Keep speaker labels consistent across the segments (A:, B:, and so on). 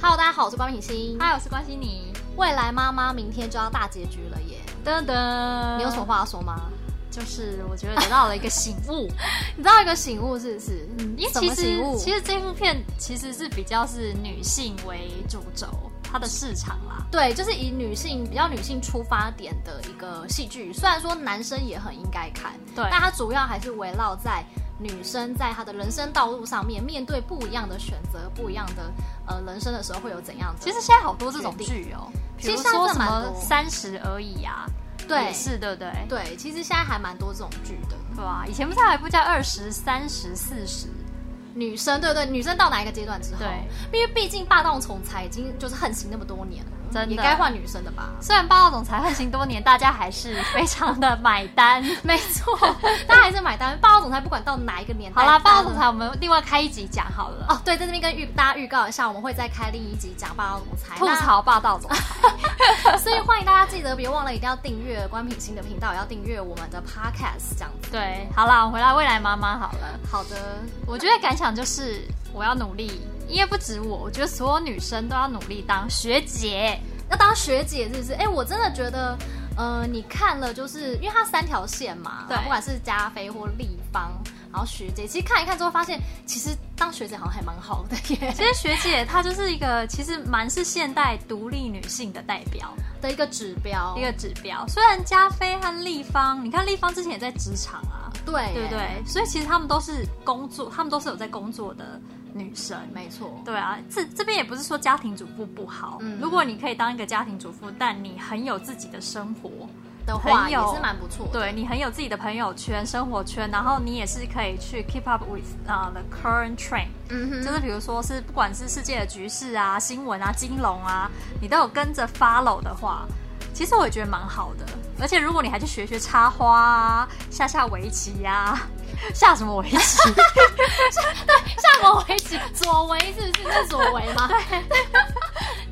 A: Hello，大家好，我是关品欣。
B: 嗨，我是啊关心你。
A: 未来妈妈明天就要大结局了耶！
B: 噔噔，
A: 你有什么？话要说吗？
B: 就是我觉得得到了一个醒 悟。
A: 你知道一个醒悟是不是？
B: 嗯，因为
A: 什
B: 其
A: 么
B: 实
A: 醒悟？
B: 其实这部片其实是比较是女性为主轴，它的市场啦。
A: 对，就是以女性比较女性出发点的一个戏剧，虽然说男生也很应该看，
B: 对
A: 但它主要还是围绕在女生在她的人生道路上面，面对不一样的选择、不一样的呃人生的时候会有怎样的。
B: 其实现在好多这种剧哦，比
A: 其
B: 如
A: 实现在
B: 说
A: 真
B: 什
A: 的蛮多
B: 么三十而已啊，
A: 对
B: 也是对不对？
A: 对，其实现在还蛮多这种剧的。
B: 对啊，以前不是还不叫二十三十四十，
A: 女生对对，女生到哪一个阶段之后？
B: 对，
A: 因为毕竟霸道总裁已经就是横行那么多年了，
B: 真的
A: 也该换女生的吧？
B: 虽然霸道总裁横行多年，大家还是非常的买单。
A: 没错，大家还是买单。霸道总裁不管到哪一个年代，
B: 好
A: 大
B: 啦，霸
A: 家
B: 道
A: 都
B: 总裁我们另外开一集讲好了。
A: 哦，对，在这边跟预大家预告一下，我们会再开另一集讲霸道总裁
B: 吐，槽霸道总裁，
A: 那所以欢迎大家记得别忘了一定要订阅关品欣的频道，也要订阅我们的 podcast 这样子。
B: 对，好啦，我回来未来妈妈好了。
A: 好的，
B: 我觉得感想就是，我要努力，因为不止我，我觉得所有女生都要努力当学姐。
A: 要当学姐是不是？哎、我真的觉得，呃，你看了就是因为它三条线嘛，
B: 对
A: 不管是加菲或立方，然后学姐，其实看一看之后发现，其实当学姐好像还蛮好的 耶
B: 其实学姐她就是一个，其实蛮是现代独立女性的代表，
A: 的一个指标，
B: 一个指标。虽然加菲和立方，你看立方之前也在职场啊，
A: 对
B: 对不
A: 耶？
B: 对？所以其实她们都是工作，她们都是有在工作的女生。
A: 没错，
B: 对啊，这这边也不是说家庭主妇不好，
A: 嗯
B: 如果你可以当一个家庭主妇，但你很有自己的生活，
A: 的话
B: 很
A: 也
B: 有
A: 是蛮不错的。
B: 对你很有自己的朋友圈、生活圈，然后你也是可以去 keep up with 啊、the current trend，、
A: 嗯哼
B: 就是比如说是不管是世界的局势啊、新闻啊、金融啊，你都有跟着 follow 的话，其实我也觉得蛮好的。而且如果你还去学学插花啊、下下围棋呀、 下什么围棋？
A: 下某围棋，左围是不是？那是左围吗？ 对，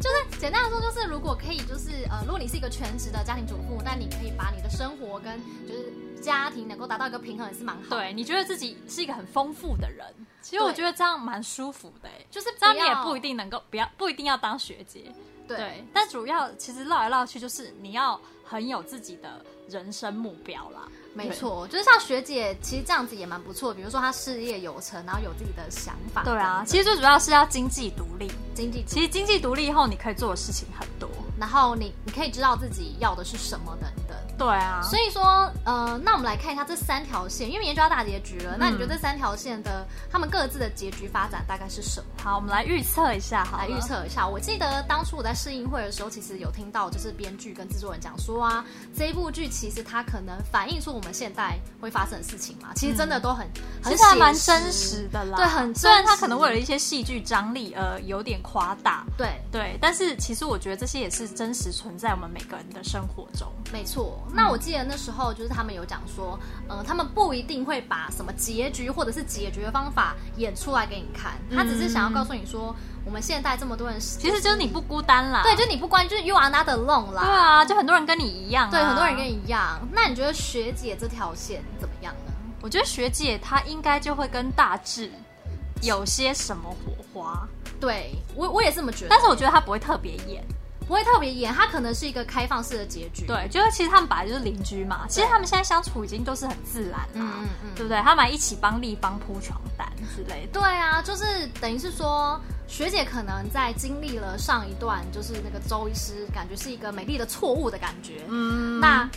A: 就是简单来说，就是如果可以，就是呃，如果你是一个全职的家庭主妇，那你可以把你的生活跟就是家庭能够达到一个平衡，也是蛮好的。
B: 对，你觉得自己是一个很丰富的人，其实我
A: 对
B: 觉得这样蛮舒服的、欸。
A: 就是
B: 这样你也
A: 要
B: 不一定能够，不要不一定要当学姐，
A: 对
B: 但主要其实绕来绕去就是你要很有自己的人生目标啦。
A: 没错，就是像学姐，其实这样子也蛮不错。比如说她事业有成，然后有自己的想法。
B: 对，对啊，
A: 其
B: 其实最主要是要经济独立。
A: 经济
B: 其
A: 其
B: 实经济独立以后，你可以做的事情很多。
A: 然后你你可以知道自己要的是什么等等。
B: 对啊，
A: 所以说，呃，那我们来看一下这三条线，因为明天就要大结局
B: 嗯
A: 了。那你觉得这三条线的他们各自的结局发展大概是什么？
B: 好，我们来预测一下好，
A: 来预。测一下。我记得当初我在试映会的时候，其实有听到就是编剧跟制作人讲说啊，这一部剧其实它可能反映出我们现代会发生的事情嘛，其实真的都很、
B: 嗯其
A: 很
B: 实还
A: 写
B: 蛮真实的啦，
A: 对，很
B: 虽然
A: 真
B: 他
A: 实
B: 可能为了一些戏剧张力而有点夸大，
A: 对。
B: 对，但是其实我觉得这些也是真实存在我们每个人的生活中。
A: 没错，那我记得那时候就是他们有讲说，呃，他们不一定会把什么结局或者是解决方法演出来给你看，他只是想要告诉你说，我们现在这么多人，
B: 其实就是你不孤单啦，
A: 对，就是你不关，就是 you are not alone
B: 对
A: 啦，
B: 啊，就很多人跟你一样、啊，
A: 对，很多人跟你一样。那你觉得学姐这条线怎么样呢？
B: 我觉得学姐她应该就会跟大志
A: 嗯
B: 有些什么火花，
A: 对嗯我我也这么觉得，
B: 但是我觉得她不会特别演。
A: 不会特别演，它可能是一个开放式的结局。
B: 对，就是其实他们本来就是邻居嘛，其实他们现在相处已经都是很自然啦，
A: 嗯嗯嗯
B: 对不对？他们还一起帮立方铺床单之类的。
A: 对啊，就是等于是说，学姐可能在经历了上一段，就是那个周医师，感觉是一个美丽的错误的感觉。
B: 嗯，
A: 那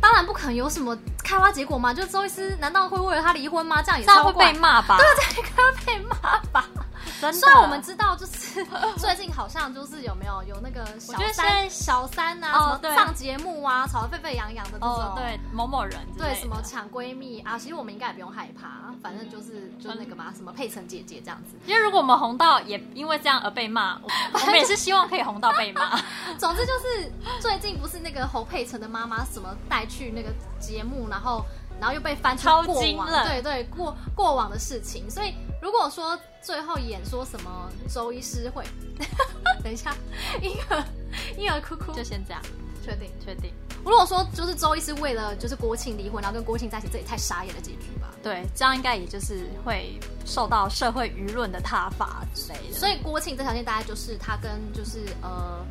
A: 当然不可能有什么开花结果嘛，就是周医师难道会为了他离婚吗？这样也
B: 这样会
A: 超怪
B: 被骂吧？
A: 这个被骂吧？
B: 真的。
A: 虽然我们知道，就是最近好像就是有没有有那个小
B: 我觉得现
A: 三
B: 在
A: 小三啊，
B: 哦
A: 什么
B: 对
A: 上节目啊，吵得沸沸扬扬的这种。
B: 哦，对某某人之
A: 对，
B: 类的
A: 什么抢闺蜜啊？其实我们应该也不用害怕，反正就是就是那个嘛，什么佩岑姐姐这样子。
B: 因为如果我们红到也因为这样而被骂，我我们也是希望可以红到 被骂。
A: 总之就是最近不是那个侯佩岑的妈妈什么带去那个节目，然后然后又被翻出
B: 超
A: 过
B: 惊
A: 往，
B: 了
A: 对对过过往的事情。所以如果说最后演说什么周医师会， 等一下婴儿婴儿哭哭，
B: 就先这样，
A: 确定
B: 确定。
A: 如果说就是周易是为了就是郭庆离婚，然后跟郭庆在一起，这也太傻眼的结局吧。
B: 对，这样应该也就是会受到社会舆论的挞伐之类的。
A: 所以郭庆这条线大概就是他跟就是呃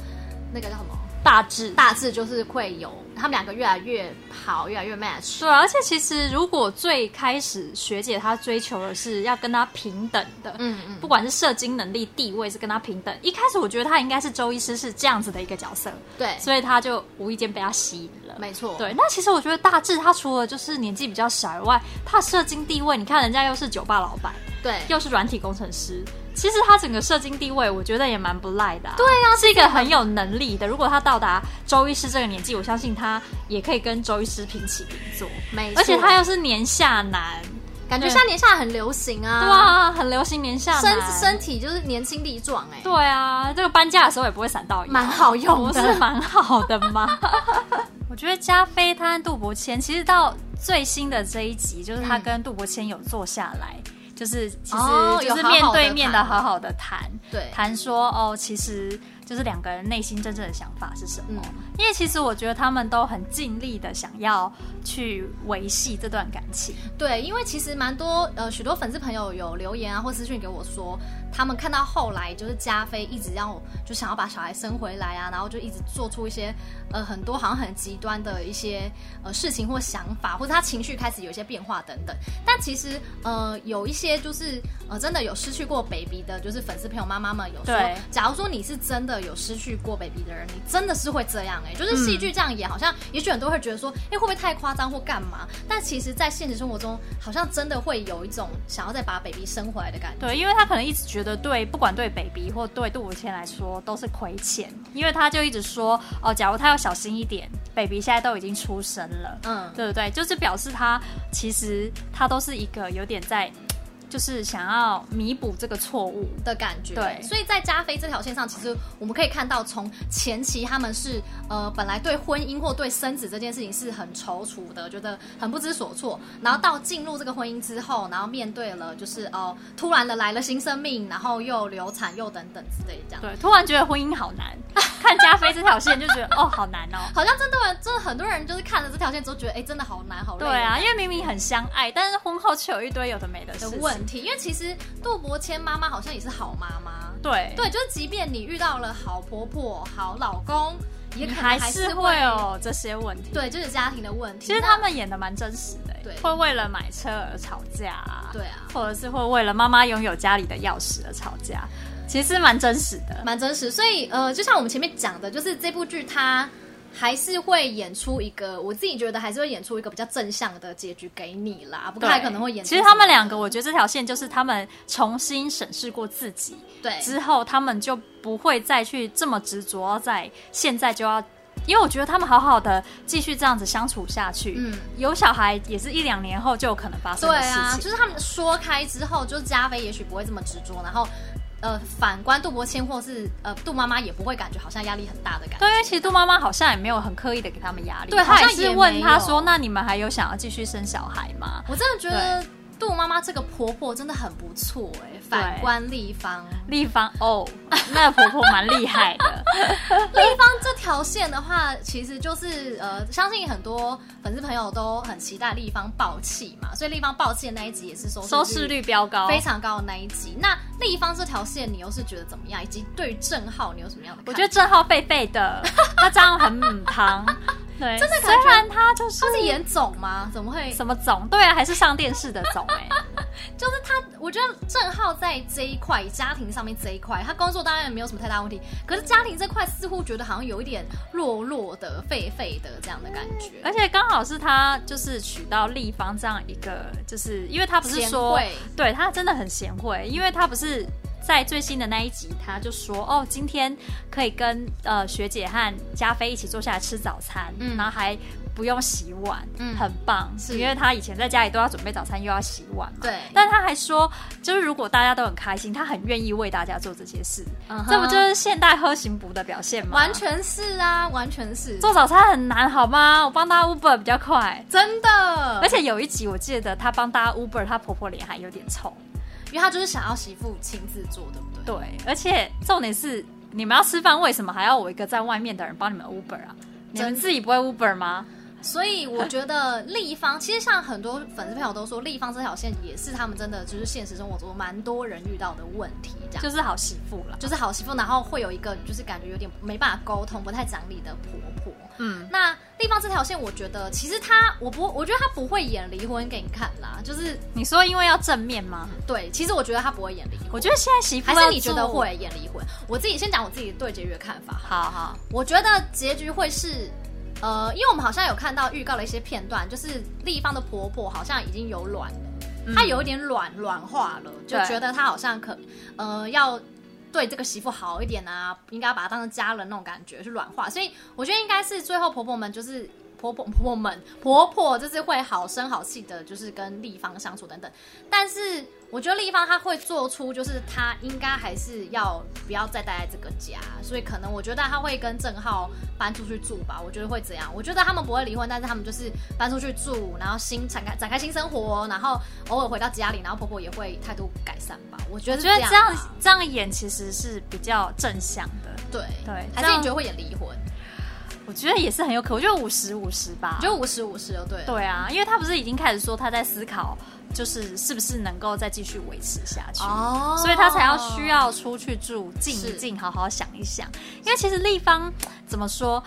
A: 那个叫什么
B: 大致
A: 大致就是会有他们两个越来越好，越来越 match。
B: 对啊，而且其实如果最开始学姐她追求的是要跟她平等的，
A: 嗯嗯，
B: 不管是射精能力、地位是跟她平等。一开始我觉得她应该是周医师是这样子的一个角色，
A: 对，
B: 所以她就无意间被他吸引了。
A: 没错，
B: 对，那其实我觉得大致她除了就是年纪比较小以外，她的射精地位，你看人家又是酒吧老板，
A: 对，
B: 又是软体工程师，其实她整个射精地位，我觉得也蛮不赖的、啊。
A: 对啊，
B: 是一个很有能力的。如果她到达周医师这个年纪，我相信她也可以跟周医师平起平坐。
A: 没错，
B: 而且他又是年下男，
A: 感觉现在年下很流行啊，
B: 对，啊，很流行年下男。
A: 身身体就是年轻力壮哎、欸，
B: 对啊，这个搬家的时候也不会闪到腰，
A: 蛮好用
B: 不
A: 的
B: 是蛮好的吗？ 我觉得加菲他和杜伯谦，其实到最新的这一集，就是他跟杜伯谦有坐下来，就是其
A: 哦
B: 实
A: 有
B: 就是
A: 好好地
B: 面对面的
A: 谈
B: 好好的谈，
A: 对
B: 谈说哦，其实就是两个人内心真正的想法是什么？
A: 嗯
B: 因为其实我觉得他们都很尽力的想要去维系这段感情。
A: 对，因为其实蛮多呃，许多粉丝朋友有留言啊或私讯给我说，他们看到后来就是加菲一直让我就想要把小孩生回来啊，然后就一直做出一些呃很多好像很极端的一些呃事情或想法，或者他情绪开始有一些变化等等。但其实呃有一些就是呃真的有失去过 baby 的，就是粉丝朋友妈妈们有说
B: 对，
A: 假如说你是真的有失去过 baby 的人，你真的是会这样哎、就是戏剧这样演，好像也许很多人会觉得说，哎、会不会太夸张或干嘛？但其实，在现实生活中，好像真的会有一种想要再把 baby 生回来的感觉。
B: 对，因为他可能一直觉得对，不管对 baby 或对杜伟谦来说都是亏欠，因为他就一直说哦，假如他要小心一点，baby 现在都已经出生了，
A: 嗯，
B: 对不对？就是表示他其实他都是一个有点在，就是想要弥补这个错误。
A: 的感觉。
B: 对
A: 所以在加菲这条线上，其实我们可以看到，从前期他们是呃本来对婚姻或对生子这件事情是很踌躇的，觉得很不知所措，然后到进入这个婚姻之后，然后面对了就是哦、突然的来了新生命，然后又流产又等等之类这样。
B: 对，突然觉得婚姻好难，看加菲这条线就觉得哦，好难哦。
A: 好像真的有，真的很多人就是看了这条线之后觉得，哎、真的好难，好累
B: 对
A: 哦。
B: 啊，因为明明很相爱，但是婚后却有一堆有的没的事
A: 哦的
B: 情。
A: 问题，因为其实杜伯谦妈妈好像也是好妈妈，
B: 对，
A: 对，就是即便你遇到了好婆婆、好老公，也
B: 你
A: 可能
B: 还
A: 是
B: 是会，有这些问题。
A: 对，就是家庭的问题。
B: 其实他们演的蛮真实的欸，
A: 对
B: 会为了买车而吵架、啊，
A: 那对啊，
B: 或者是会为了妈妈拥有家里的钥匙而吵架，其实蛮真实的。
A: 蛮真实。所以呃，就像我们前面讲的，就是这部剧它。还是会演出一个，我自己觉得还是会演出一个比较正向的结局给你啦，不
B: 对
A: 太可能会演出
B: 其
A: 什么。
B: 实他们两个，我觉得这条线就是他们重新审视过自己
A: 对
B: 之后，他们就不会再去这么执着在现在就要，因为我觉得他们好好的继续这样子相处下去，
A: 嗯
B: 有小孩也是一两年后就有可能发生
A: 对
B: 的事
A: 啊，
B: 情。
A: 就是他们说开之后，就是加菲也许不会这么执着，然后呃，反观杜伯谦或是呃杜妈妈也不会感觉好像压力很大的感觉。
B: 对，因为其实杜妈妈好像也没有很刻意的给他们压力，
A: 对好
B: 她
A: 像
B: 也是
A: 也
B: 问
A: 没
B: 他
A: 有
B: 说：“那你们还有想要继续生小孩吗
A: 我真的觉得杜妈妈这个婆婆真的很不错哎、反观嗯立方，？”
B: 立方哦，那婆婆蛮厉害的，
A: 立方这条线的话，其实就是呃，相信很多粉丝朋友都很期待立方爆气嘛，所以立方爆气的那一集也是收
B: 收视率哦飙高，
A: 非常高的那一集。那立方这条线，你又是觉得怎么样？以及对于郑浩，你有什么样的看法？
B: 我觉得郑浩狒狒 的，他这样很母汤，对，真的
A: 感觉
B: 虽然他就是
A: 他是演总吗？怎么会？
B: 什么总，对啊，还是上电视的总哎、
A: 就是他，我觉得郑浩在这一块家庭上面这一块，他工作当然没有什么太大问题，可是家庭这块似乎觉得好像有一点弱弱的、废废的这样的感觉。
B: 而且刚好是他就是娶到立方这样一个，就是因为他不是说
A: 贤惠
B: 对他真的很贤惠，因为他不是在最新的那一集他就说哦，今天可以跟呃学姐和加菲一起坐下来吃早餐，
A: 嗯
B: 然后还不用洗碗，
A: 嗯
B: 很棒，
A: 是
B: 因为他以前在家里都要准备早餐又要洗碗嘛。
A: 对
B: 但他还说，就是如果大家都很开心，他很愿意为大家做这些事，
A: 嗯哼
B: 这不就是现代喝行补的表现吗？
A: 完全是啊，完全是，
B: 做早餐很难好吗？我帮大家 Uber 比较快。
A: 真的。
B: 而且有一集我记得她帮大家 Uber，她婆婆脸还有点臭。
A: 因为他就是想要媳妇亲自做，对不对？
B: 对，而且重点是你们要吃饭，为什么还要我一个在外面的人帮你们 Uber 啊？你们自己不会 Uber 吗？
A: 所以我觉得立方，其实像很多粉丝朋友都说，立方这条线也是他们真的就是现实生活中蛮多人遇到的问题，这样
B: 就是好媳妇啦。
A: 就是好媳妇，然后会有一个就是感觉有点没办法沟通、不太讲理的婆婆。
B: 嗯，
A: 那立方这条线，我觉得其实她，我不，我觉得她不会演离婚给你看啦，就是
B: 你说因为要正面吗？
A: 对，其实我觉得她不会演离婚，
B: 我觉得现在媳妇
A: 嗯还
B: 要
A: 是你觉得
B: 做？
A: 会演离婚？我自己先讲我自己对结局的看法哈，
B: 好好，
A: 我觉得结局会是。呃，因为我们好像有看到预告的一些片段，就是立方的婆婆好像已经有卵了，她有一点软软化了，就
B: 对
A: 觉得她好像可呃要对这个媳妇好一点啊，应该把她当成家人那种感觉去软化，所以我觉得应该是最后婆婆们就是。婆婆婆婆们婆婆就是会好声好气的，就是跟立方相处等等。但是我觉得立方她会做出，就是她应该还是要不要再待在这个家，所以可能我觉得她会跟郑浩搬出去住吧。我觉得会怎样？我觉得他们不会离婚，但是他们就是搬出去住，然后新展开展开新生活，然后偶尔回到家里，然后婆婆也会态度改善吧。我觉得
B: 我
A: 是
B: 觉得
A: 这
B: 这
A: 样
B: 样
A: 啊
B: 这样演其实是比较正向的，
A: 对
B: 对啊
A: 还
B: 这
A: 是
B: 样
A: 你觉得会演离婚？
B: 我觉得也是很有可，我觉得五十五十吧
A: 我。觉得五十五十哦，对了。
B: 对啊，因为他不是已经开始说他在思考，就是是不是能够再继续维持下去。
A: 哦
B: 所以他才要需要出去住，静一
A: 是
B: 静，好好想一想。因为其实立方怎么说，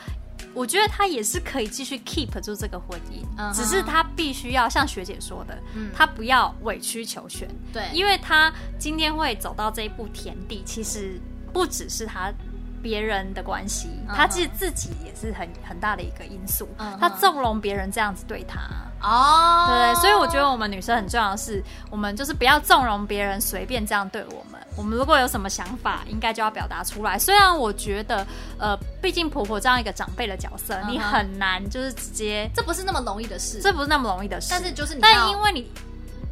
B: 我觉得他也是可以继续 keep 住这个婚姻
A: 嗯哼
B: 只是他必须要像学姐说的，
A: 嗯
B: 他不要委曲求全，
A: 对，
B: 因为他今天会走到这一步田地，其实不只是他。别人的关系，
A: 嗯哼
B: 他其实自己也是很很大的一个因素。
A: 嗯哼
B: 他纵容别人这样子对他，
A: 哦，
B: 对，所以我觉得我们女生很重要的是，我们就是不要纵容别人随便这样对我们。我们如果有什么想法，应该就要表达出来。虽然我觉得，呃，毕竟婆婆这样一个长辈的角色，
A: 嗯哼
B: 你很难就是直接，
A: 这不是那么容易的事，
B: 这不是那么容易的事。
A: 但是，就是你要
B: 但因为你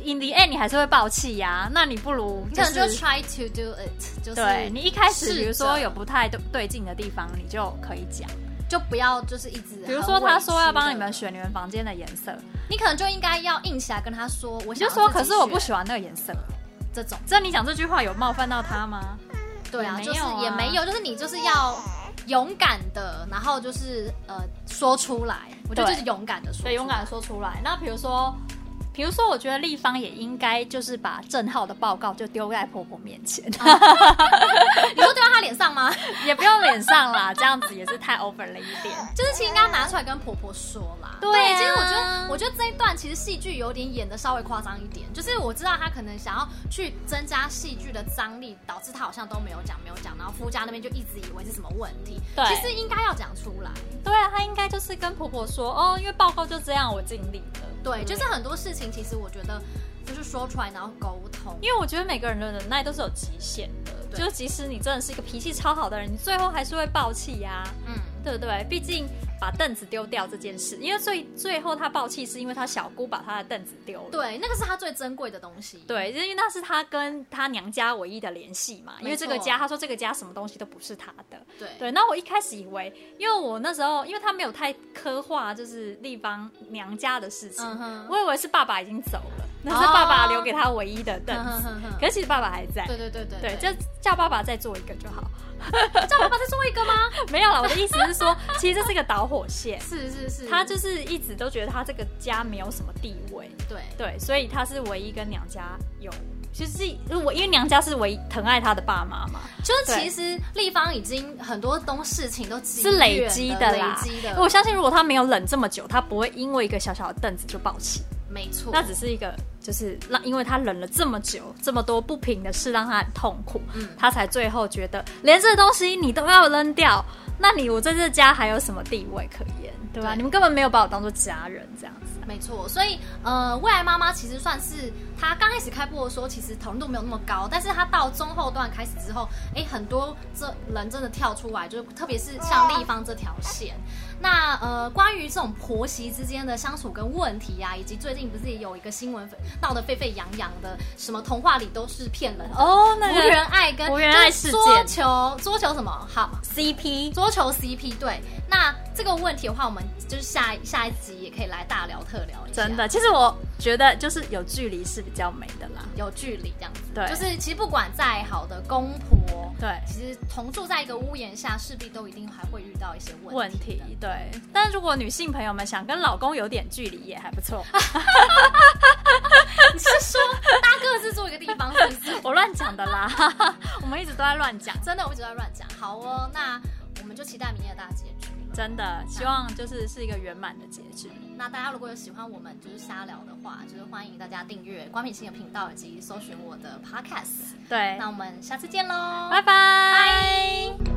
B: in the end 你还是会爆气呀、那你不如
A: 你
B: 就。
A: 可能就是 try to do it，就是
B: 对你一开
A: 试
B: 始，
A: 着
B: 比如说有不太对对劲的地方，你就可以讲。
A: 就不要就是一直，
B: 比如说，他说要帮你们，选你们房间的颜色，
A: 你可能就应该要硬起来跟他说，我想
B: 你就
A: 要
B: 说：“
A: 自己
B: 可是我不
A: 选
B: 喜欢那个颜色。”
A: 这种，
B: 这你讲这句话有冒犯到他吗？
A: 对啊，
B: 也没
A: 就
B: 有
A: 是
B: 啊
A: 也没有，就是你就是要勇敢的，然后就是呃说出来，我觉得
B: 对
A: 就是勇敢的说，
B: 对，勇敢地，说出来。那比如说，比如说，我觉得立方也应该就是把郑浩的报告就丢在婆婆面前，
A: 你说丢到他脸上吗？
B: 啊也不用脸上 啦，这样子也是太 over 了一点。
A: 就是其实应该拿出来跟婆婆说啦。
B: 对啊
A: 其实我觉得，我觉得这一段其实戏剧有点演的稍微夸张一点，就是我知道他可能想要去增加戏剧的张力，导致他好像都没有讲，没有讲，然后夫家那边就一直以为是什么问题，
B: 对
A: 其实应该要讲出来。
B: 对啊，他应该就是跟婆婆说，哦，因为报告就这样，我尽力了。
A: 对，就是很多事情，其实我觉得就是说出来，然后沟通。
B: 因为我觉得每个人的忍耐都是有极限的，
A: 对
B: 就即使你真的是一个脾气超好的人，你最后还是会爆气呀、
A: 嗯，
B: 对不对？毕竟把凳子丢掉这件事，因为最最后他爆气是因为他小姑把他的凳子丢了。
A: 对，那个是他最珍贵的东西。，
B: 对，因为那是他跟他娘家唯一的联系嘛，因为
A: 没错
B: 这个家，他说这个家什么东西都不是他的。
A: 对，
B: 对，那我一开始以为，因为我那时候，因为他没有太刻画就是立方娘家的事情，
A: 嗯哼哦
B: 我以为是爸爸已经走了，那是爸爸留给他唯一的凳
A: 嗯哼
B: 子，
A: 哼哼
B: 可是其实爸爸还在。
A: 对对对对
B: 对，就叫爸爸再做一个就好。
A: 叫爸爸再做一个吗？
B: 没有啦，我的意思是说，其实这是个导火 线，
A: 是是是，
B: 他就是一直都觉得他这个家没有什么地位，
A: 对
B: 对，所以他是唯一跟娘家有，就是我因为娘家是唯一疼爱他的爸妈嘛，
A: 就是
B: 对
A: 其实立方已经很多东事情都积
B: 是累
A: 怨
B: 积
A: 的
B: 啦。
A: 累积的，
B: 我相信如果他没有忍这么久，他不会因为一个小小的凳子就爆气，
A: 没错，
B: 那只是一个就是让，因为他忍了这么久，这么多不平的事让他很痛苦，
A: 嗯
B: 他才最后觉得连这东西你都要扔掉，那你我在这家还有什么地位可言，对吧？
A: 对
B: 你们根本没有把我当做家人这样子。
A: 没错。所以呃，未来妈妈其实算是她刚开始开播的时候，其实讨论度没有那么高，但是她到中后段开始之后，哎，很多这人真的跳出来，就是特别是像立方这条 线。那呃，关于这种婆媳之间的相处跟问题啊，以及最近不是也有一个新闻闹得沸沸扬扬的，什么童话里都是骗人的。
B: 哦，
A: 福原爱跟
B: 福原爱
A: 就是
B: 事
A: 桌
B: 件
A: 球桌球什么好
B: CP
A: 桌球 CP 对，那这个问题的话，我们就是下一下一集也可以来大聊特聊一下，
B: 真的，其实我觉得就是有距离是比较美的啦。
A: 有距离这样子，
B: 对
A: 就是其实不管再好的公婆
B: 对
A: 其实同住在一个屋檐下，势必都一定还会遇到一些
B: 问
A: 问题
B: 题
A: 的。
B: 对。但如果女性朋友们想跟老公有点距离，也还不错。
A: 你是说大家各自住一个地方，是不 是？
B: 我乱讲的啦，我们一直都在乱讲。
A: 真的，我一直在乱讲。好哦，那我们就期待明夜的大结局了。
B: 真的，希望就是是一个圆满的结局。
A: 那大家如果有喜欢我们就是瞎聊的话，就是欢迎大家订阅关品清的频道以及搜寻我的 podcast。
B: 对
A: 那，我们下次见喽，
B: 拜拜。